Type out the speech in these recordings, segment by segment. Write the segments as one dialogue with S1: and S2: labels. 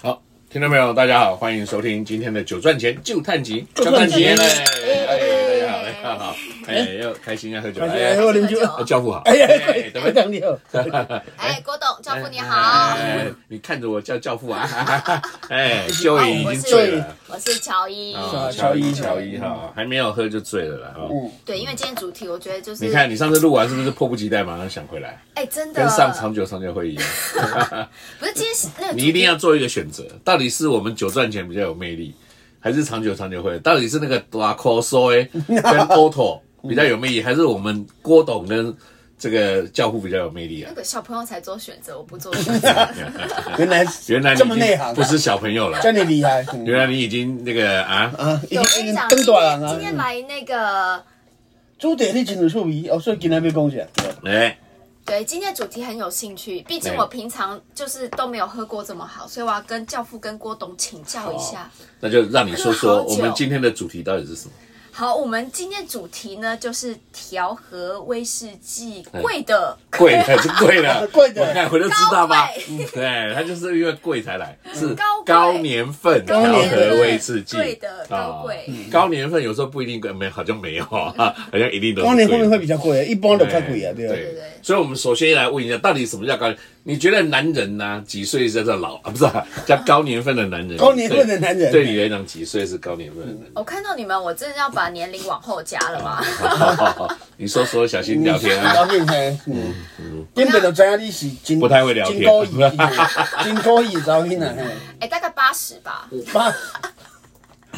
S1: 好，听到没有？大家好，欢迎收听今天的《九赚钱就探集》，
S2: 就赚钱
S1: 嘞！哎，大家好，大家好，哎，要开心要喝酒，
S2: 哎
S1: 哎，
S2: 呦，你们就
S1: 要教父好，
S2: 哎呀，
S1: 哎对不
S2: 快
S1: 对？
S2: 讲你哦，
S3: 哎，郭董，教父你好，
S1: 哎，你看着我叫教父啊，哎，修
S3: 哦
S1: 仪已
S3: 我
S1: 经
S3: 是
S1: 醉了。
S3: 我是乔伊。
S1: 啊，
S2: 乔伊
S1: 乔伊哈，还没有喝就醉了啦。哦，
S3: 对，因为今天主题我觉得就是，
S1: 你看你上次录完是不是迫不及待马上想回来？
S3: 哎，真的
S1: 跟，上长久长久会一样，
S3: 不是今天那个 主
S1: 你
S3: 题
S1: 一定要做一个选择，到底是我们久赚钱比较有魅力，还是长久长久会？到底是那个 d a c o s o 跟 Otto 比较有魅力，还是我们郭董跟这个教父比较有魅力啊
S3: 那？个小朋友才做选择，我不做选择。
S2: 原来
S1: 原来你已
S2: 这
S1: 经
S2: 么内行啊，
S1: 不是小朋友了，
S2: 真的厉害，嗯
S1: 原来你已经那个啊，
S2: 啊，已经
S3: 对我
S2: 已
S3: 跟你
S2: 经
S3: 讲，
S2: 登
S3: 今
S2: 大人
S3: 天
S2: 啊
S3: 今，天来那个，
S2: 主题你真有趣味，哦，所以今天要讲啥？
S1: 哎，
S3: 对，今天主题很有兴趣，毕竟
S1: 对
S3: 我平常就是都没有喝过这么好，所以我要跟教父跟郭董请教一下。
S1: 那就让你说说
S3: 喝好
S1: 我
S3: 酒
S1: 们今天的主题到底是什么？
S3: 好，我们今天主题呢就是调和威士忌，
S1: 嗯
S3: 贵的，
S1: 贵的是贵的，
S2: 贵的
S1: 我看回头知道吧
S3: 高贵？嗯
S1: 嗯对，他就是因为贵才来，是
S3: 高贵
S1: 高年份调
S3: 高
S2: 年份
S1: 和威士忌，
S3: 贵的高贵
S1: 哦高年份有时候不一定贵，没好像没有，哈哈好像一定都是
S2: 光年会
S1: 贵
S2: 不
S1: 的
S2: 会比较贵？一般都较贵啊，对
S1: 对
S2: 吧？
S3: 对对
S1: 所以我们首先来问一下，到底什么叫高年？你觉得男人呢、几岁叫做老 啊？不是、啊，叫高年份的男人。
S2: 高年份的男人
S1: 对对你来讲，几岁是高年份的男 人？
S3: 我看到你们，我真的要把年龄往后加了嘛。
S1: 好好好，你说说，小心聊天啊。
S2: 聊天嘿，嗯，根本就知影你是真
S1: 不太会聊天
S2: 真高义，真高义招聘啊，嘿，
S3: 哎、大概八十吧。
S2: 八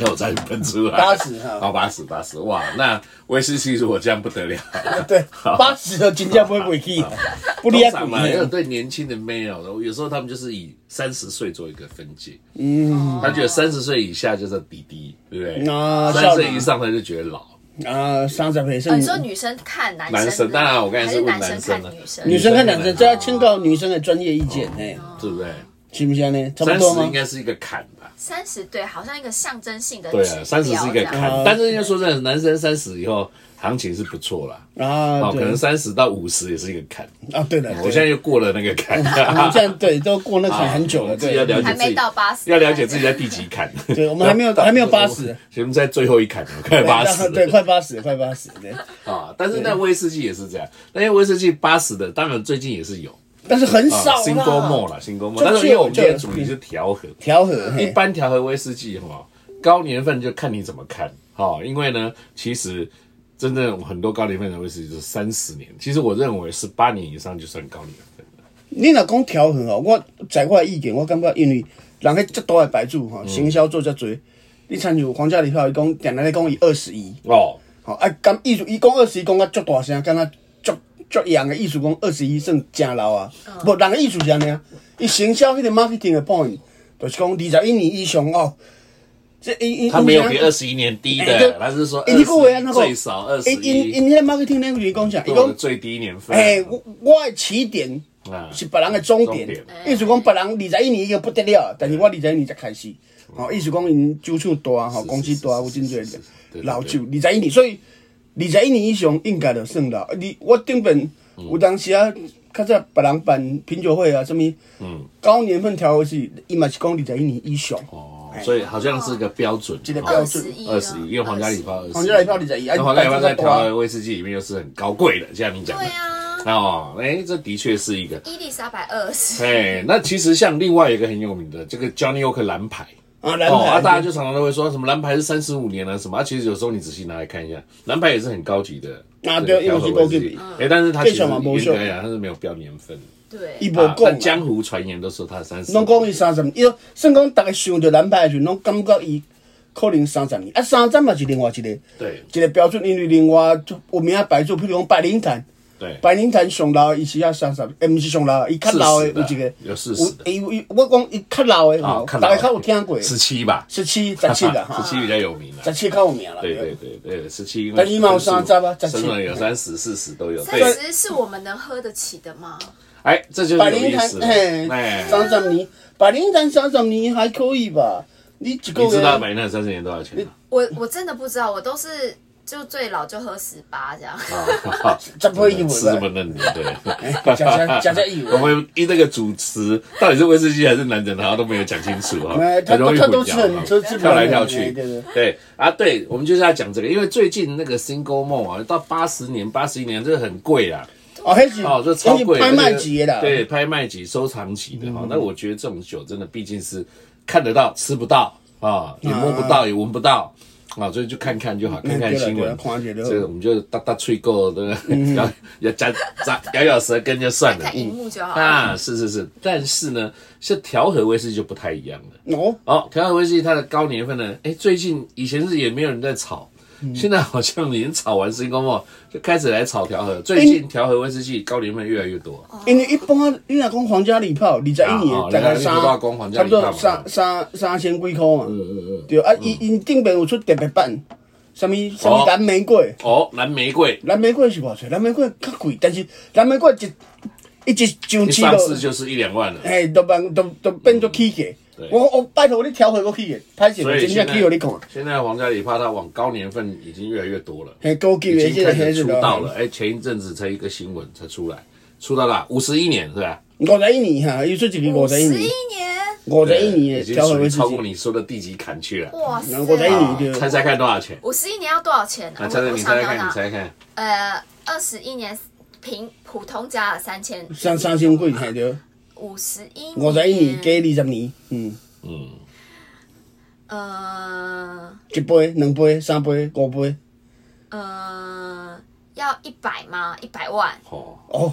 S1: 那我再喷出来。哦
S2: 八十哈
S1: 好八十八十，哇，那威士忌如果这样不得了。
S2: 对八十就真正不会回去， 不离
S1: 通
S2: 啊
S1: 常嘛，有
S2: 贵，
S1: 对年轻的没有，有时候他们就是以三十岁做一个分界。嗯，他觉得三十岁以下就是弟弟，对不对？
S2: 啊
S1: 三十岁
S2: 少女
S1: 以上他就觉得老。
S2: 啊，三十岁
S3: 呃，
S2: 剩
S3: 你。说女生看男
S1: 嗯
S3: 生，
S1: 男生当然，我刚才
S3: 还
S1: 是
S3: 是
S1: 问
S3: 男
S1: 男
S3: 生
S1: 生啊
S3: 看
S1: 的，
S3: 女生。
S2: 女生看男
S1: 女
S2: 生，
S1: 看
S2: 这要请教女生的专业意见，哎，
S1: 对不对？
S2: 是不是呢？差不
S1: 三
S2: 多
S1: 十
S2: 吗
S1: 应？该是一个坎吧？
S3: 三十对，好像一个象征性的
S1: 对
S3: 指
S1: 啊，
S3: 标
S1: 三十是一个
S3: 这样
S1: 坎，但是应该说真的，男生三十以后行情是不错啦。
S2: 啊，
S1: 哦，可
S2: 对
S1: 能三十到五十也是一个坎。
S2: 啊，对了，
S1: 我
S2: 对
S1: 现在又过了那个坎，
S2: 我们现在对都过那坎很久了，
S1: 自己要
S2: 对，
S1: 了解
S3: 还
S1: 自
S3: 没
S1: 己，
S3: 到八十，
S1: 要了解自己在第几 坎。
S2: 对我们还 没有还没有80，
S1: 我们在最后一坎，快八十，
S2: 对，快八十，快八十，对。
S1: 啊。但是那威士忌也是这样，那些威士忌八十的，当然最近也是有
S2: 但是很少啦
S1: 新沟末啦，新沟末。
S2: 就
S1: 但是因为我们
S2: 就
S1: 今天主题是调和，
S2: 调和，
S1: 一
S2: 嘿
S1: 般调和威士忌哈，高年份就看你怎么看哈，因为呢，其实。真正很多高年份的威士忌就是三十年，其实我认为十八年以上就算高年份了。
S2: 你若讲调和哦，我在我的意见，我感觉因为人迄遮大的牌子
S1: 嗯
S2: 吼，行销做遮多，你参像黄家礼票伊讲，定定咧讲伊二十一，
S1: 哦，
S2: 吼啊，咁意思伊讲二十一讲啊足大声，敢若足足样的意思讲二十一算诚老啊，无人的意思是安尼啊，伊行销迄个 marketing 的 point，就是讲二十一年以上哦，这伊伊
S1: 他没有比二十一年低
S2: 哎对
S1: 的，他是说
S2: 伊个话安那
S1: 20
S2: 个哎
S1: 最少二十
S2: 因因
S1: 一，
S2: 因迄 marketing language 讲啥？伊
S1: 做的
S2: 讲
S1: 最低年份。
S2: 诶，我我的起点
S1: 啊
S2: 是别人的终
S1: 终
S2: 点
S1: 点，
S2: 意思讲别人二十一年已经不得了，但是我二十一年才开始。吼，意思讲因酒厂大吼，公司大，有真
S1: 嗯是
S2: 侪
S1: 对
S2: 老酒，二十一年，所以二十一年以上应该就算老。你我顶边
S1: 嗯
S2: 有当时啊，较早别人办品酒会啊，什物
S1: 嗯
S2: 高年份调和是，伊嘛是讲二十一年以上。
S1: 哦，所以好像是一个标准，哦
S2: 这个哎标
S3: 二
S2: 准
S3: 十一，啊
S1: 二十一，因为皇家礼炮21，
S2: 皇家礼炮21
S1: 那皇家礼炮在调和威士忌里面又是很高贵的，像你讲的
S3: 对，啊，
S1: 哦，哎，这的确是一个，
S3: 伊丽莎白二十，
S1: 哎，那其实像另外一个很有名的这个 Johnny Oak 蓝牌。
S2: 啊，蓝
S1: 哦，啊，大家
S2: 牌
S1: 就常常都会说什么蓝牌是三十五年了什么，啊，其实有时候你仔细拿来看一下，蓝牌也是很高级的
S2: 啊
S1: 这个
S2: 对
S1: 调和
S2: 因为是高
S1: 威士
S2: 级
S1: 忌哎，但是它其
S2: 这
S1: 实
S2: 小嘛不
S1: 严
S2: 秀
S1: 格来讲它是没有标年份的，
S2: 伊
S3: 对，
S2: 无
S1: 啊但
S2: 讲啊
S1: 江。湖传言都说它三十，
S2: 拢讲伊三十，伊讲算讲逐个想着蓝牌的时阵，拢感觉伊可能三十年。啊，三十嘛是另外一个
S1: 对
S2: 一个标准，因为另外就有名的牌子，譬如讲百灵坛，
S1: 对，
S2: 百灵坛上老的伊是要三十，诶，毋是上老的，伊较老的有一个，
S1: 有四十的
S2: 有伊我讲伊较老的
S1: 啊
S2: 吼，，
S1: 看
S2: 大家较有听过，啊
S1: 十
S2: 十
S1: 七吧，
S2: 七、十七 啦，
S1: 十
S2: 哈，
S1: 七比较有名了
S2: 十。七较有名啦。
S1: 对对对对，十七因为
S2: 但你嘛有30啊17
S1: 生了有三十、四十都有。
S3: 三
S1: 对，
S3: 十是我们能喝得起的吗？
S1: 哎，这就是
S2: 百
S1: 有
S2: 灵
S1: 意
S2: 坛
S1: 思了。
S2: 嘿，
S1: 哎，
S2: 三十年，百灵坛三十年还可以吧？你一个
S1: 你知道
S2: 月
S1: 买那三十年多少钱吗？
S3: 我我真的不知道，我都是就最老就喝十八这样。
S1: 啊，
S2: 这不会英文
S1: 是这
S2: 吧
S1: 么嫩的，对。
S2: 哎讲讲讲讲英
S1: 我
S2: 文。
S1: 们一那个主持到底是威士忌还是男人，好像都没有讲清楚啊
S2: 哎，他
S1: 很容易
S2: 他
S1: 混
S2: 都是很都
S1: 淆
S2: 是
S1: 啊，
S2: 不
S1: 跳来
S2: 一
S1: 跳
S2: 样的
S1: 去
S2: 哎对对。
S1: 对啊，对，我们就是要讲这个，因为最近那个 single 梦啊，到八十年、八十一年，这个很贵啊，
S2: 哦，迄是
S1: 哦，这超
S2: 那
S1: 贵，
S2: 是拍卖级的啦。
S1: 对，拍卖级、收藏级的哈。那我觉得这种酒真的毕竟是看得到、吃不到啊，也摸不到、也闻不到啊，所以就看看就好，看看新
S2: 对
S1: 闻，
S2: 了对了看一下就好
S1: 这个我们就大大吹够，对不对？要要夹夹咬咬舌根就算了
S3: 看，荧幕就好
S1: 啊，是是是，但是呢，是调和威士忌就不太一样了。
S2: 哦，
S1: 哦，调和威士忌它的高年份呢，哎，最近以前是也没有人在炒，
S2: 嗯
S1: 现在好像已经炒完新公哦，就开始来炒调
S2: 哎
S1: 和。最近调和威士忌高年份越来越多，
S2: 因为一般你若讲皇家礼炮，二十一
S1: 啊
S2: 年
S1: 啊
S2: 大概
S1: 人家
S2: 三
S1: 就大讲皇家
S2: 差不
S1: 礼炮嘛嗯
S2: 多三三三千几箍嘛。对啊，伊伊顶边有出特别版，什物什
S1: 哦
S2: 物蓝玫瑰，
S1: 哦，蓝玫瑰
S2: 蓝玫瑰是偌济，蓝玫瑰较贵，但是蓝玫瑰一一直上
S1: 一
S2: 市
S1: 上市
S2: 咯，
S1: 就是一两万了，
S2: 哎，都变都都变做起价。
S1: 对
S2: 我我拜托你调回我起价，歹势
S1: 所以
S2: 真
S1: 现
S2: 正
S1: 在
S2: 起互你看，
S1: 现在皇家礼炮它往高年份已经越来越多了，
S2: 嘿，高级的
S1: 已
S2: 这
S1: 经
S2: 个
S1: 开
S2: 黑
S1: 始
S2: 子
S1: 出
S2: 的
S1: 道了。哎，前一阵子才一个新闻才出来，出到了五十一年是吧？
S2: 五十一年哈，伊出一个五十一
S3: 十
S2: 年
S3: 一，年，
S2: 五十一年
S1: 已
S2: 的
S1: 经
S2: 调和
S1: 属于
S2: 威士
S1: 超过
S2: 忌，
S1: 你说的第几坎去了。啊
S3: 哇塞！
S2: 然后我在印尼对
S1: 猜猜看多少钱？
S3: 五十一年要多少钱啊？
S1: 啊，猜猜
S3: 我
S1: 你
S3: 想
S1: 猜猜
S3: 要
S1: 看，你
S3: 拿
S1: 猜猜看。
S3: 呃，二十一年平普通加三千，
S2: 三三千几，嘿对，
S3: 五十一，
S2: 五十一年加二十年，嗯。
S3: 呃
S2: 一杯、两杯、三杯、五杯。
S3: 呃，要一百吗？一百万？
S1: 哦，
S2: 哦，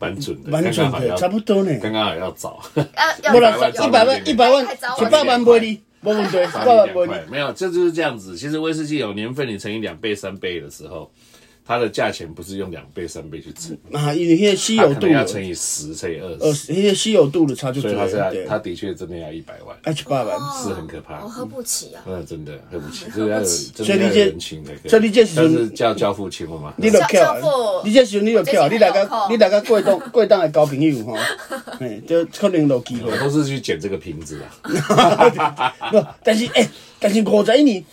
S1: 蛮准的，
S2: 蛮准
S1: 刚刚好
S2: 的，
S1: 要
S2: 差不多呢。
S1: 刚刚好要找，
S3: 要要
S2: 不
S1: 100
S2: 啦，
S1: 万
S2: 一百万、一百万、一百万杯你，没问题，一百
S1: 差
S2: 万
S1: 一两
S2: 杯
S1: 块， 没有，这就是这样子。其实威士忌有年份，你乘以两倍、三倍的时候，它的价钱不是用两倍、三倍去乘，
S2: 你。啊，因为迄个稀
S1: 它
S2: 有
S1: 可
S2: 度
S1: 能要
S2: 了，
S1: 乘以十、乘以
S2: 呃，
S1: 二十，
S2: 迄个稀有度的差就
S1: 所
S2: 多
S1: 以它是要
S2: 了，对，
S1: 它的确真的要一百万，
S2: 啊，一百万。
S3: 哦
S1: 是很可怕
S3: 我喝不起啊。
S1: 嗯，真的很不
S2: 哦
S1: 起，这个要有，真
S2: 所
S1: 的
S2: 以你
S1: 要
S2: 这
S1: 有人情才可以。
S2: 所以你这时
S1: 但
S2: 阵
S1: 是叫教父请我吗？
S2: 你就捡
S3: 教父
S2: 啊！你这时候你就捡啊！
S3: 我这
S2: 你
S3: 是很
S2: 大家
S3: 有空
S2: 你大家过档过档的交朋友 吼，嘿，这可能有机会
S1: 我。都是去捡这个瓶 子啊，
S2: 不，但是诶、欸但是五十一年，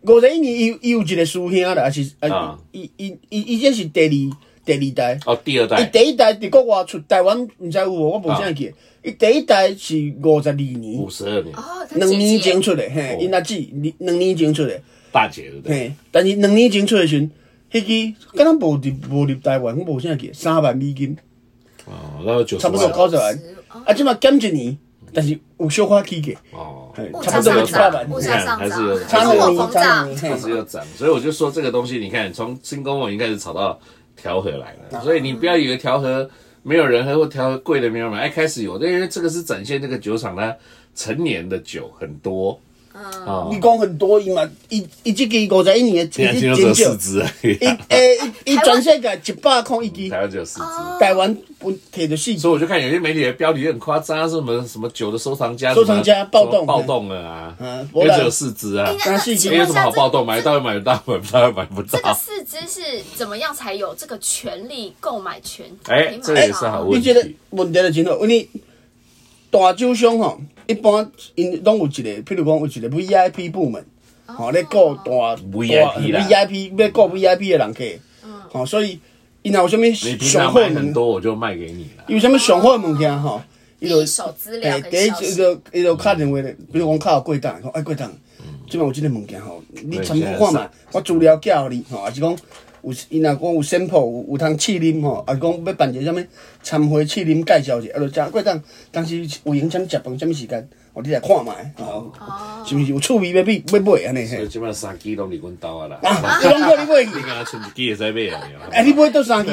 S2: 五十一年伊有伊有一个师兄啦，还是
S1: 啊
S2: 啊，伊伊伊伊这是第二第二代。
S1: 哦，第二
S2: 伊
S1: 代，
S2: 第一代伫国外出台湾，毋知有无，我无啥记。伊第一代是五十二年
S1: 啊五，十二年，
S3: 哦，他
S2: 两年
S3: 姐
S2: 前
S3: 姐
S2: 出的，嘿，因阿姊二两年前出的，
S1: 大姐对不对？
S2: 嘿。但是两年前出的时阵，迄个敢若无入无入台湾，我无啥记，三万美金，
S1: 哦，然后九十
S2: 差不多
S1: 万，
S2: 九十万
S3: 十哦。
S2: 啊，即嘛减一年，但是有小可起价，
S1: 哦，
S2: 嘿
S3: 物
S2: 差
S3: 价
S2: 不多有
S3: 上
S2: 一百万
S3: 涨，，物
S1: 你看还
S3: 价上
S1: 是有还是有
S2: 差两年，差两年，。
S3: 涨，通货膨胀
S1: 它
S2: 嘿
S1: 是要涨，所以我就说这个东西，你看从新公文已经开始炒到调和来
S3: 嗯
S1: 了，所以你不要以为调和没有人喝或调和贵的没有人买，哎，开始有，因为这个是展现这个酒厂它成年的酒很多，
S3: 嗯
S1: 啊，
S2: 你讲很多伊嘛，伊伊即支五十一年的，
S1: 现在
S2: 伊
S1: 听
S2: 这
S1: 说只有
S2: 真
S1: 四支
S2: 少。
S1: 而已
S2: 伊
S3: 嗯
S1: 啊，
S2: 诶，伊伊全世界一百空一支，
S1: 台湾只有四支。
S2: 台湾本摕着四支。
S1: 所以我就看有些媒体的标题很夸张，什么什么酒的收藏家，
S2: 收藏家
S1: 什么
S2: 暴动
S1: 什么暴动了啊，
S2: 嗯
S1: 因为只有四支啊，
S2: 但是
S3: 请
S1: 没
S3: 问
S1: 有
S3: 一
S1: 什么
S3: 下，
S1: 好暴
S3: 这
S1: 动，买到又买不到，买不到又买不
S3: 这个
S1: 到，
S3: 四肢是怎么样才有这个权利购买权？
S1: 哎
S3: 可以买
S1: 这也
S3: 到
S1: 是好问
S2: 你这个问题就真好，因为大酒商吼，一般因拢有一个，譬如讲有一个 VIP 部门，吼咧顾大
S1: VIP 啦
S2: v i p 要顾 VIP 的人客，吼，所以因若有啥物
S1: 你平
S2: 上
S1: 常
S2: 好
S1: 买
S2: 的
S1: 很
S2: 物，
S1: 多，我就卖给你了。
S2: 有啥物上好的物件吼，伊
S3: 第一手资料
S2: 嘿
S3: 跟
S2: 第一
S3: 消息
S2: 伊就伊就敲电话咧，比如讲敲贵档，讲哎贵档，即摆有即个物件吼，你
S1: 对
S2: 参
S1: 现在
S2: 考看
S1: 上
S2: 嘛，我资料寄互你吼，还是讲有伊若讲有 sample 有有通试啉吼，还是讲要办一个啥物参会试啉介绍者，啊，就食过当当时有闲啥物食饭啥物时间，吼你来看觅吼，
S3: 哦
S2: 是毋是有趣味要买要买安尼
S1: 所以
S2: 嘿？
S1: 基本上三支拢伫阮兜啊啦。
S2: 啊，伊拢叫你买去
S1: 你。敢若剩一支会使买啊？
S2: 哎，你买到 三支，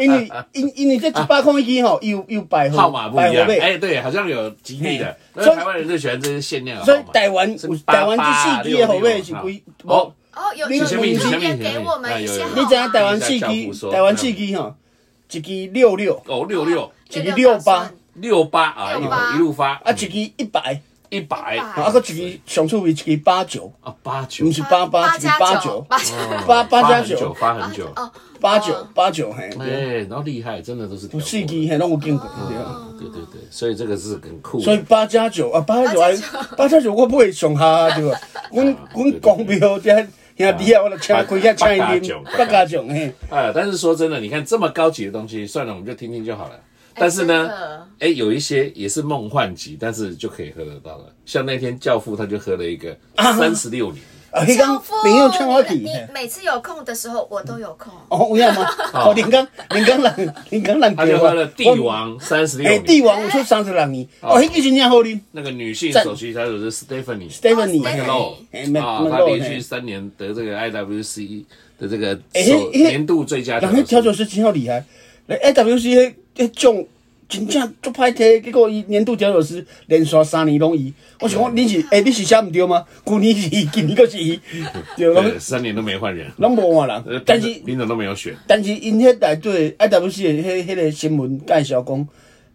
S2: 因为因因为这一百块一支吼，伊有伊有百合
S1: 号码不一
S2: 百
S1: 样
S2: 合，尾
S1: 哎，对，好像有吉利的
S2: 嘿。
S1: 那
S2: 所以
S1: 台湾人最喜欢这些限量的
S2: 所以
S1: 号码
S2: 台湾有
S1: 是八
S2: 台湾
S1: 八
S2: 这四支的后尾是
S1: 六
S2: 几？
S1: 六哦，
S3: 哦，有
S2: 你
S3: 有
S2: 前
S3: 有
S2: 面
S3: 有
S1: 前面
S3: 面给我们一些
S1: 前面啊有
S2: 你
S3: 号码吗，
S2: 知影台湾四
S1: 教父
S2: 支，
S1: 说嗯
S2: 台湾四支吼，一支六六，
S1: 哦，六六
S2: 一支
S3: 六
S2: 六八，
S1: 六八啊，
S3: 六八
S1: 一路发
S2: 啊，一支一百，
S1: 一百
S2: 啊，
S1: 啊
S2: 搁一支上次为一支八啊九，
S1: 八九
S2: 毋是八八，
S3: 八
S2: 一支
S3: 加
S2: 八
S3: 九
S2: 九，
S3: 八
S1: 哦
S3: 加
S2: 八八加
S1: 很久，
S2: 九，
S1: 发很久。
S3: 哦，
S2: 八九八九嘿，
S1: 哎，
S2: 对
S1: 然后厉害，真的都是
S2: 有
S1: 调过
S2: 四支
S1: 的。
S2: 嘿拢有见过，对啊。
S1: 对对对，所以这个是很酷的。
S2: 所以八 加
S1: 嗯
S2: 九啊，八加九还八加九我不会上下对吧？阮阮公庙遮遐兄弟啊，我就请开遐请伊啉
S1: 八
S2: 八
S1: 家
S2: 家酱嘿，
S1: 啊，但是说真的，你看这么高级的东西，算了，我们就听听就好了。但是
S3: 真
S1: 呢
S3: 的，
S1: 哎、有一些也是梦幻级，但是就可以喝得到了。像那天教父他就喝了一 个三十六年，
S2: 啊，迄
S3: 教
S2: 工
S3: 父，
S2: 朋友请我去嘿
S3: 你，你每次有空的时候，我都有空。
S2: 哦，有 影吗？哦，林刚，林刚人，林刚人
S1: 他就喝了帝王三十
S2: 我，哎，
S1: 六
S2: 帝
S1: 年。
S2: 王有出三十六年，哦，迄个真正好啉
S1: 那个女性
S2: 赞
S1: 首席他手是 Stephanie。
S2: ，Stephanie，
S3: 哦
S2: 嘿
S1: Hello，
S2: 哎没
S1: 啊，
S2: 没
S1: 他
S2: 漏
S1: 连
S2: 嘿
S1: 续三年得这个 IWC 的这个
S2: 哎
S1: 首
S2: 那那
S1: 年度最佳调
S2: 人迄调酒
S1: 酒师，
S2: 师真好厉害，那 AWC 迄迄种真正足歹摕，结果伊年度调酒师连续三年拢伊。我想讲你是，哎诶，你是写毋对吗？旧年是伊，今年阁是伊，对，
S1: 对，
S2: 拢
S1: 三年都没换人，
S2: 拢无换人
S1: 呃。
S2: 但
S1: 评
S2: 是
S1: 审评审都没有选，
S2: 但是因迄内底 AWC 的迄迄个新闻介绍讲，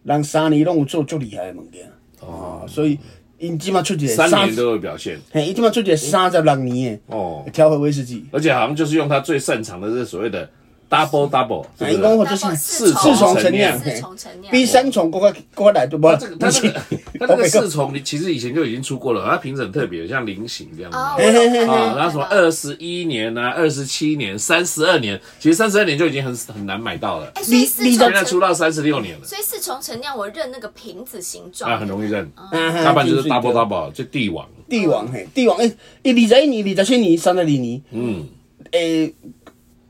S2: 人三年拢有做足厉害的物件。哦，所以因即马出一个
S1: 三年
S2: 十，
S1: 都有表现
S2: 嘿，伊即马出一个三十六年
S1: 哦
S2: 的。调和威士忌，
S1: 而且好像就是用他最擅长的，是所谓的 double double，是不
S2: 啊，
S1: 是
S2: 伊讲我
S3: 那
S2: 就是
S3: 么
S1: 四
S2: 四重
S1: 陈
S2: 陈酿，
S1: 酿
S3: 四
S2: 嘿
S3: 重陈酿，
S2: 比三重搁较搁较来对无
S1: 他
S2: 啦
S1: 这个？他
S2: 不
S1: 这
S2: 是
S1: 个他这
S2: 我
S1: 个
S2: 没讲
S1: 四重，其实以前就已经出过了，他评审特别像菱形这样子
S3: 哦，
S1: 啊，
S3: 我有
S2: 嘿嘿嘿
S3: 看到
S2: 嘿
S1: 然后什么二十一年啊，二十七年、三十二年，其实三十二年就已经很很难买到了，
S3: 哎，所以四
S2: 你你
S3: 重
S1: 现在
S3: 陈，
S1: 出到三十六年了，
S3: 所以四重陈酿，我认那个瓶子形状，
S1: 啊，很容易认，
S3: 哦
S2: 啊哈
S1: 要不然就是
S2: 进水的
S1: double double，就帝王，
S2: 帝王嘿，帝王诶，伊二十一年、二十七年、三十二年，
S1: 嗯，
S2: 诶，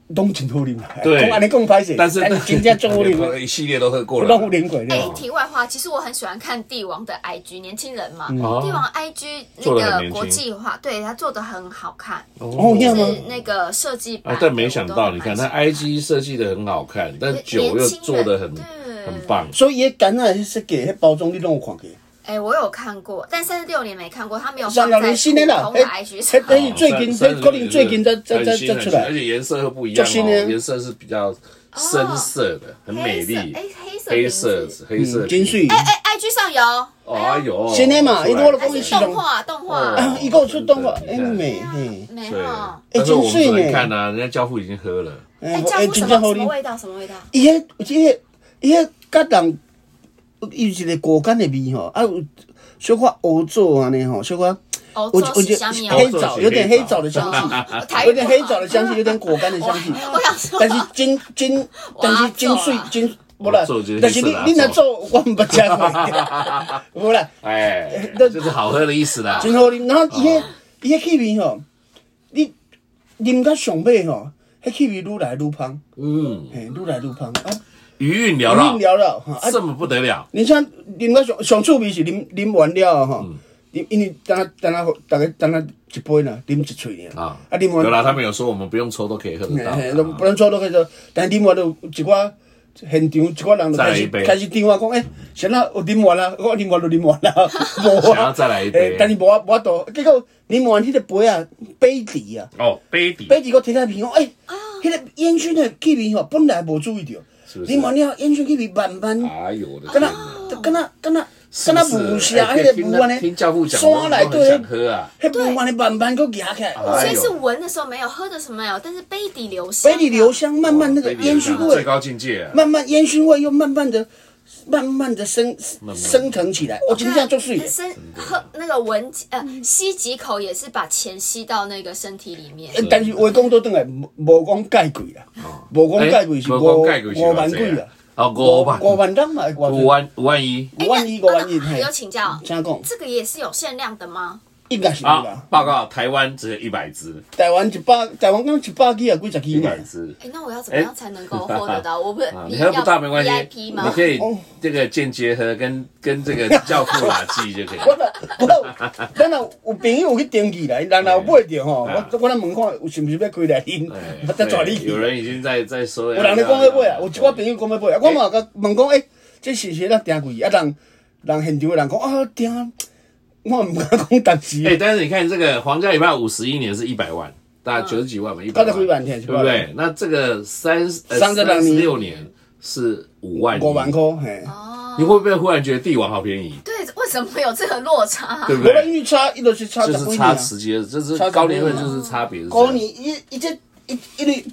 S2: 拢真好啉啦。
S1: 对
S2: 讲安尼讲歹势，
S1: 但是哦
S2: 真正足好啉 的，
S1: 一系列都喝过
S2: 拢有
S1: 了。
S2: 啉过
S3: 哎、
S2: 了。
S3: 题外话，其实我很喜欢看帝王的 IG，年轻人嘛，
S1: 哦
S3: 帝王 IG 那
S1: 做得很年轻
S3: 个国际化，对他做的很好看，
S2: 哦，一样吗？
S3: 是那个设计版
S1: 啊
S3: 的、，
S1: 但没想到，你看
S3: 他
S1: 它 IG 设计的很好看，但酒又做的很
S3: 年轻人对
S1: 很棒。
S2: 所以伊橄榄迄设计、迄包装你拢有看过。
S3: 哎、我有看过，但三十六年没看过，他没有
S2: 三
S3: 放
S2: 六
S3: 在
S2: 年新的啦
S3: 普，通的
S2: 迄
S3: IG
S2: 迄
S3: 上。
S1: 啊
S2: 迄最近，
S1: 三
S2: 迄可能最近才才才
S1: 很新
S2: 才出来
S1: 而。且颜色又不一样
S2: 最新的
S1: 哦，颜色是比较深色的，很美丽
S3: 黑色哎
S1: 黑
S3: 黑，色
S1: 色
S3: 瓶子
S1: 黑色
S2: 嗯金
S1: 瓶
S2: 水
S1: 子，
S3: 哎哎、i g 上有，
S1: 哦哎呦，
S2: 新的嘛
S1: 出来
S2: 因为我的
S3: 还
S2: 公
S3: 是
S2: 司是
S3: 动画动画，
S1: 哦
S2: 伊啊个有出动画，
S1: 对
S2: 哎美嘿，
S3: 没
S1: 对
S3: 有。，
S1: 但是我们
S2: 金水
S1: 只
S2: 呢
S1: 能看啊，人家教父已经喝了，
S3: 哎、
S2: 哎
S3: 教
S2: 哎
S3: 父什
S2: 真正
S3: 么
S2: 好
S3: 什么
S2: 啉。
S3: 味道？什么味道？
S2: 伊迄伊迄伊迄甲人有一个果干的味吼，啊有小可欧洲安尼吼，小可
S3: 哦，
S2: 有
S3: 做
S2: 有
S3: 是
S2: 有
S3: 香米
S2: 黑
S3: 哦，
S2: 枣，有点黑枣的香气，
S3: 台
S2: 有
S3: 语
S2: 点黑枣的香气，有点果干的香 气。
S3: 我想说，哎
S2: 但是真真，但是
S3: 啊
S2: 真水真无啦，但是你你若做，我毋捌食过，无啦，
S1: 哎，
S2: 那
S1: 就是好喝的意思啦。
S2: 真好啉。然
S1: 啊
S2: 后伊迄伊迄气味吼，你啉到上尾吼，迄气味愈来愈香，
S1: 嗯，
S2: 嘿，愈来愈香啊，
S1: 余韵缭
S2: 你
S1: 绕，
S2: 了了哈，啊
S1: 这么不得了，
S2: 你像啉到上上趣味是啉啉完了吼，
S1: 嗯
S2: 啉因为等下等下大概等下一杯呐，啉一喙尔
S1: 啊
S2: 啊啉
S1: 有
S2: 完，
S1: 啦，他们有说我们不用抽都可以喝得到
S2: 嘿嘿，
S1: 啊
S2: 不能做都可以做，但啉完就有一寡现场一寡人就
S1: 再
S2: 开
S1: 来一
S2: 始
S1: 杯
S2: 开始电话讲，诶，谁那有啉完啦？我哦啉完就啉完啦， 无
S1: 想要再来一杯
S2: 嘿但是无啊无法度，结果啉完迄个杯啊杯底啊，
S1: 哦，杯底
S2: 杯底我摕开瓶讲，诶，迄个烟熏的气味吼，本来无注意到，
S1: 是不是
S2: 啉完了烟熏气味慢慢。
S1: 哎呦我的
S2: 敢
S1: 天哪！
S2: 若敢若敢若
S1: 是
S2: 敢
S1: 不
S2: 若
S1: 是
S2: 无声，
S1: 哎
S2: 迄个
S1: 听
S2: 雾安尼，
S1: 听教父讲
S2: 山内
S1: 我都很想
S2: 底
S1: 喝啊
S2: 迄迄雾安尼慢慢搁夹起来，
S1: 哎
S3: 所
S1: 呦
S3: 以是闻的时候没有，喝的时候没有，但是杯底留香，
S2: 杯里留香，慢慢那个
S1: 哦杯底
S2: 烟熏
S1: 最
S2: 味，
S1: 高境界啊，
S2: 慢慢烟熏味又慢慢的、慢慢的升升腾起来，我哦今天做水
S3: 那。深喝那个闻呃吸几口也是把钱吸到那个身体里面哎
S2: 呃。但是话讲倒转来，无无讲介贵啦，无讲介贵是
S1: 哎
S2: 五
S1: 哦无讲介贵是
S2: 五万几
S1: 多少
S2: 啦
S1: 啊，哦
S2: 五
S1: 五万
S2: 五万人嘛，
S1: 五
S2: 五万
S1: 万五万一
S3: 哎
S2: 五万一五万一，嘿
S3: 啊有请教，
S2: 请讲，
S3: 这个也是有限量的吗？
S2: 应该是有
S1: 啊
S2: 啦！。
S1: 报告，台湾只有一百支，
S2: 台湾一百，台湾讲一百几啊，几十几
S1: 一
S2: 呢
S1: 百。支。
S3: 哎，那我要怎么样才能够获 得到？我不是
S1: 啊，你喝不到没关系，
S3: ，VIP
S1: 你
S3: 吗？
S1: 可以
S2: 哦
S1: 这个间接喝，跟跟这个教父垃圾就可 以。
S2: 我若我 若咱若有朋友去登记啦，人若有买着吼，我我咱问看有是毋是要开来啉
S1: 哎，
S2: 我再带你
S1: 对
S2: 去。
S1: 有人已经在在说要，
S2: 有人咧讲要买啊，有一
S1: 我
S2: 寡朋友讲要买啊，我嘛甲问讲，诶，这是是咱定贵啊？人人现场的人讲啊，定，我毋敢讲淡
S1: 哎，
S2: 时，
S1: 但是你看这个皇家礼拜五十一年是一百万，大概九十几万嘛，一百
S2: 九十几万
S1: 对
S2: 天
S1: 不对？那这个三呃三十
S2: 32年
S1: 六年是五万一
S2: 五万。箍嘿。
S1: 你会不会忽然觉得帝王好便宜？
S3: 对，为什么会有这个落 差啊？
S1: 对不
S2: 无啦，
S1: 对？
S2: 因为差伊就是差
S1: 就
S2: 十
S1: 是
S2: 几
S1: 差
S2: 年，
S1: 十几，就是
S2: 差十
S1: 高年份就是差别。是这样
S2: 啊高年伊伊这伊伊咧，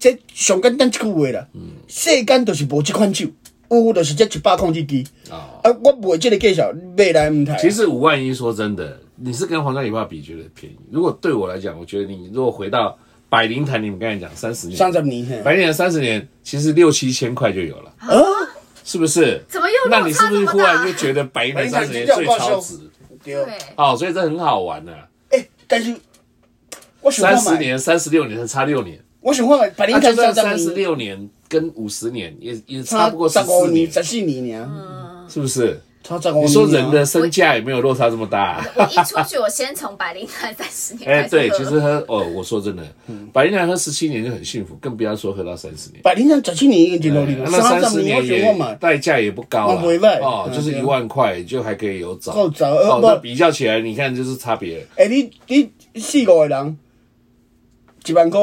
S2: 这上简单一句话啦，世间就是无即款酒，有就是这一百控制机。
S1: 啊。
S2: 啊，我卖这个介绍，未来唔睇。
S1: 其实五万一说真的，你是跟皇家礼炮比觉得便宜？如果对我来讲，我觉得你如果回到百灵坛，你们刚才讲三十年，
S2: 三十年嘿
S1: 百灵坛三十年，其实六七千块就有了，
S2: 啊，
S1: 是不是？
S3: 怎么又
S1: 那你是不是忽然就
S3: 得？
S1: 觉得百灵坛三十年
S2: 百
S1: 最
S2: 灵坛就
S1: 超
S2: 叫
S1: 值？
S2: 对。
S3: 对，
S1: 哦，所以这很好玩呢、
S2: 哎，但是我想
S1: 三
S2: 看
S1: 十
S2: 买，
S1: 年、三十六年，才差六年。
S2: 我想看买百
S1: 那、
S2: 灵
S1: 啊就
S2: 坛
S1: 算
S2: 三
S1: 三
S2: 十
S1: 十
S2: 年，
S1: 六年跟五十年也也差
S2: 差
S1: 不过
S2: 十
S1: 十
S2: 五
S1: 四
S2: 年、
S1: 年，
S2: 十四年尔，
S1: 是不是？
S2: 差十五年。
S1: 你哦说人的身价也没有落差这么大、啊
S3: 我一出去，我先从百灵坛三十年
S1: 哎、
S3: 开始
S1: 对，
S3: 喝
S1: 其实喝哦，我说真的，
S2: 嗯
S1: 百灵兰喝十七年就很幸福，更不要说喝到三十年。
S2: 百灵坛十七年已经真努力
S1: 哎
S2: 了，
S1: 那三
S2: 嗯十
S1: 十年
S2: 年我想看
S1: 也
S2: 买。
S1: 代价也不高
S2: 啊不错
S1: 了，哦，
S2: 嗯
S1: 就是一万块就还可以有找，
S2: 够找呃
S1: 哦，
S2: 不
S1: 那比较起来，你看就是差别了。
S2: 哎，你你四五个人，一万块，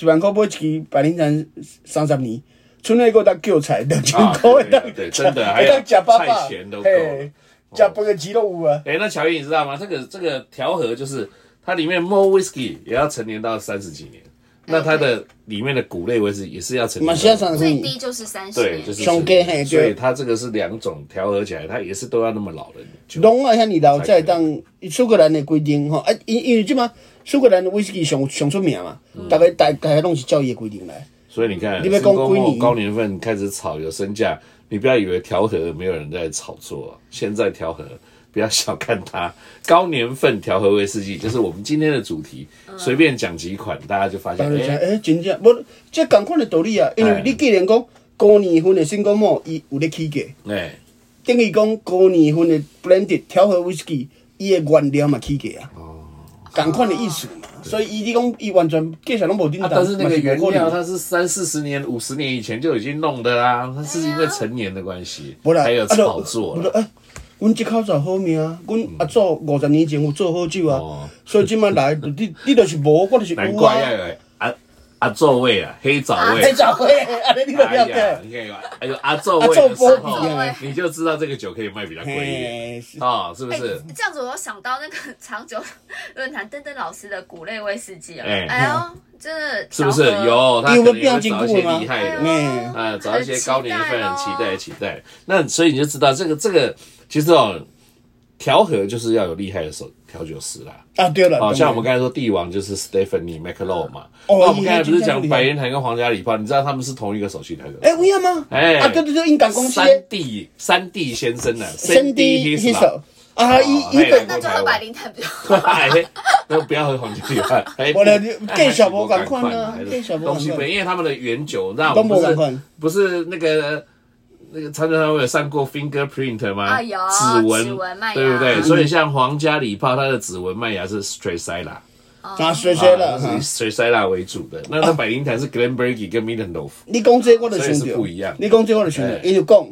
S2: 一万块买一支百灵坛三十年，剩那个当韭菜，两千
S1: 啊
S2: 块
S1: 对
S2: 当
S1: 对真的还有
S2: 当假爸爸，
S1: 菜钱都够
S2: 嘿，假半个鸡都有啊。
S1: 哎、那乔伊你知道吗？这个这个调和就是它里面 more whisky 也要成年到三十几年，
S2: 哎
S1: 那它的里面的谷类威士忌也是要成
S2: 嘛，
S1: 年
S2: 现在
S1: 到。
S2: 三十
S3: 最
S2: 年，
S3: 低就是三十
S1: 对，
S3: 年，
S1: 就是
S2: 上街嘿对
S1: 所以它这个是两种调和起来，它也是都要那么老人酒。
S2: 拢啊遐尼老才会当苏格兰的规定吼，啊，因因为即马苏格兰的威士忌上上出名嘛，
S1: 嗯
S2: 大概大大家拢是照伊的规定来。
S1: 所以你看，
S2: 你
S1: 成
S2: 要讲
S1: 功
S2: 归
S1: 后
S2: 你
S1: 高年份开始炒有身价，你不要以为调和没有人在炒作啊，现在调和不要小看它，高年份调和威士
S2: 嗯
S1: 忌就是我们今天的主题，随便讲几款，大家就发现
S2: 大家就
S1: 哎
S2: 讲，诶，真正无，即共款的道理啊，因为你既然讲高年份的新高某，伊有咧起价，
S1: 哎
S2: 等于讲高年份的 blended 调和威士忌，伊的原料嘛起价啊，
S1: 哦
S2: 共款的意思嘛，所以伊你讲伊完全介绍拢无叮
S1: 啊
S2: 当，
S1: 但是那
S2: 嘛
S1: 个
S2: 是
S1: 原
S2: 无可
S1: 料
S2: 能
S1: 它是三四十年、五十年以前就已经弄的啦，它是因为成年的关系，
S2: 无啦，
S1: 还有
S2: 啊就
S1: 炒作
S2: 我
S1: 啦。
S2: 就哎，阮即口就好命啊！阮阿祖五十年前有做好酒
S1: 哦
S2: 啊，所以即摆来，就你你就是无，我就是
S1: 难
S2: 有
S1: 怪要
S2: 啊。
S1: 有阿阿皱味啊，黑枣味
S2: 哎，。早会，安尼你都
S1: 哎
S2: 了
S1: 呀，
S2: 解。
S1: 你看有哎呦阿皱味的时
S2: 阿皱波
S3: 比
S1: 候
S3: 啊，
S1: 你就知道这个酒可以卖比较贵一点
S2: 嘿，是
S1: 啊，是不
S3: 哎
S1: 是？
S3: 这样子，我有想到那个长久 论坛登登老师的谷类威士忌哦，
S1: 哎
S3: 哎呦，真 的
S1: 是不是
S3: 调和哎
S1: 有？他
S2: 因
S1: 可
S2: 为
S1: 能
S2: 变
S1: 也会
S2: 经
S1: 找一
S2: 过
S1: 些
S2: 吗
S1: 厉害的，
S2: 嗯
S1: 啊，找一些高年份，
S3: 很
S1: 期
S3: 期待
S1: 待
S3: 哦
S1: 期待。那所以你就知道这个这个其实哦，调和就是要有厉害的手调酒师啦。
S2: 啊，对了，
S1: 好、
S2: 懂
S1: 像我们刚才说帝王就是 Stephanie McLaw 嘛，
S2: 哦
S1: 那我们刚才不是
S2: 已经这样
S1: 讲
S2: 厉害
S1: 百元坛跟皇家礼炮，你知道他们是同一个首席调酒师？
S2: 哎，有影吗？
S1: 哎
S2: 啊，对对对，因港公司
S1: 三弟三弟先生呢、啊，三弟
S2: h i
S1: his
S2: 手啊，
S1: 哦
S2: 伊
S1: 那
S2: 伊
S1: 也
S2: 本
S1: 不
S3: 那就喝 百灵坛比较好。
S1: 哎，那不要喝皇家礼炮， 哎
S2: 我的
S1: 哎
S2: 更小
S1: 还是
S2: 不赶快呢
S1: 还是
S2: 更小不赶快
S1: 东西不一样，因为他们的原酒，那我
S2: 都
S1: 们
S2: 不赶
S1: 不
S2: 快
S1: 是不是那个。那个参加他们有上过 fingerprint 吗？
S3: 啊有
S1: 指
S3: 指纹麦芽
S1: 对不对？
S3: 嗯
S1: 所以像皇家礼炮，它的指纹麦芽是 Stracella，
S2: 啊，水水了
S1: 啊它是
S2: 哈
S1: 以。Stracella 为主的。那那百灵坛是 Glenbergie 跟 Middendorf，
S2: 你讲这我就
S1: 所
S2: 想
S1: 以是
S2: 到
S1: 不一样，
S2: 你讲这我就想到
S1: 哎，
S2: 伊就讲，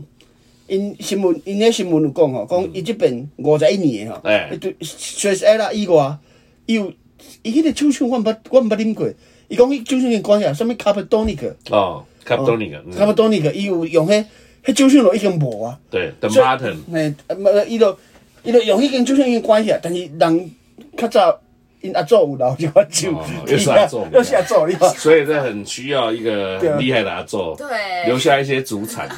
S2: 因新闻，因迄新闻有讲吼，讲伊即边五十一年的吼
S1: 嗯哎，
S2: 伊对全世啦以外，伊有伊迄个酒厂我毋捌，我毋捌啉过。伊讲迄酒厂的关系啊，什物 Capitonic，
S1: 哦 c a p t o n i c 嗯，
S2: Capitonic，伊有用迄迄酒厂就已经无啊。
S1: 对，The
S2: 所以
S1: Martin，
S2: 嘿，啊无伊就伊就用迄间酒厂已经关起来，但是人较早因阿祖有留一款酒
S1: 哦，又是阿祖
S2: 又是阿祖，你看。
S1: 所以这很需要一个
S2: 啊
S1: 很厉害的阿宙，
S3: 对
S1: 留下一些祖产 的。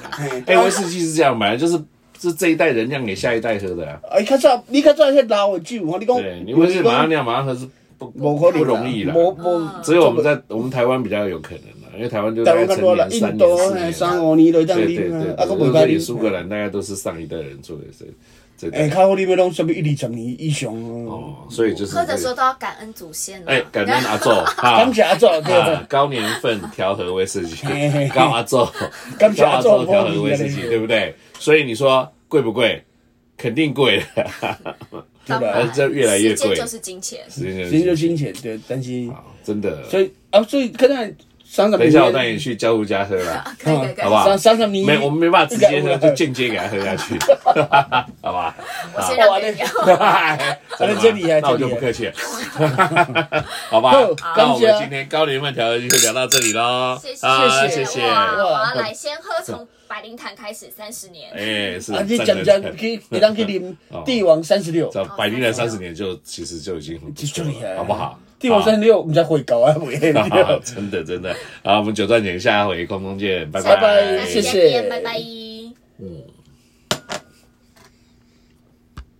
S1: 哎，威士忌是这样，本来就是是这一代人酿给下一代喝的啊。
S2: 啊，伊较早，你较早迄老的酒，吼，你讲
S1: 对，你威士忌
S2: 讲
S1: 马上酿马上喝是不
S2: 无可能
S1: 不容易啦。
S2: 无无，
S1: 只有我们在我们台湾比较有可能啦，因为台湾就
S2: 台
S1: 大
S2: 湾
S1: 概
S2: 较
S1: 成
S2: 多啦，
S1: 年
S2: 印
S1: 三
S2: 度啊
S1: 年四
S2: 嘿
S1: 年
S2: 三
S1: 啦。
S2: 五年就当
S1: 对对
S2: 啉啊
S1: 对，，对
S2: 啊，佫
S1: 对
S2: 袂
S1: 所
S2: 歹
S1: 以苏格
S2: 啉。
S1: 兰大概都是上一代人做的这这
S2: 哎，
S1: 代。
S2: 较好啉的拢什么一二十年以上哦。
S1: 哦，所以就是
S3: 喝
S1: 这
S3: 的
S1: 个
S3: 时候都要感恩祖先了。
S1: 哎，感恩阿 宙哈。
S2: 感谢阿祖， 对
S1: 啊
S2: 对，
S1: 高年份调和威士忌
S2: 嘿嘿嘿，
S1: 高阿奏，
S2: 感谢
S1: 高
S2: 阿
S1: 阿
S2: 祖
S1: 奏调和威士忌，
S2: 帮你
S1: 对不对？所以你说贵不贵？肯定贵 的，
S3: 当然，
S1: 哎这越来越贵
S3: 时间就是金钱。
S2: 人
S1: 真
S2: 就金钱对，但是
S1: 真的。
S2: 所以啊，所以可能三十
S1: 等一
S2: 年，
S1: 下我带你去嘉户家喝啦，
S3: 可以可以可以
S1: 好不，好？
S2: 三三十年
S1: 没，我们没办法直接
S2: 应
S1: 喝，
S2: 该
S1: 就间接给他喝下 去，好吧？
S3: 我先让你
S1: 啊
S3: 聊。
S1: 真的吗
S2: 这里啊
S1: 那我就
S2: 这里啊
S1: 不客 气了，好吧
S2: 好？
S1: 那我
S2: 感谢
S1: 们
S2: 啊
S1: 今天高年份调和就聊到这里喽，
S3: 谢谢
S1: 啊谢
S3: 谢
S1: 谢。
S3: 哇
S2: 哇
S3: 我要来先喝从百灵坛开始三十年。
S1: 哎，是
S2: 啊，你
S1: 真
S2: 讲
S1: 的
S2: 讲去，你当去啉
S1: 哦
S2: 帝王三十六，
S1: 这百灵的哦三十年就其实就已经很不错
S2: 就厉害
S1: 了，好不好？
S2: 帝王三十六，毋知会搞啊，袂
S1: 好
S2: 对。
S1: 真的真的，好，我们九段姐下回空中见，拜
S2: 拜拜
S3: 下次
S2: 谢谢
S3: 再见拜拜。
S1: 嗯。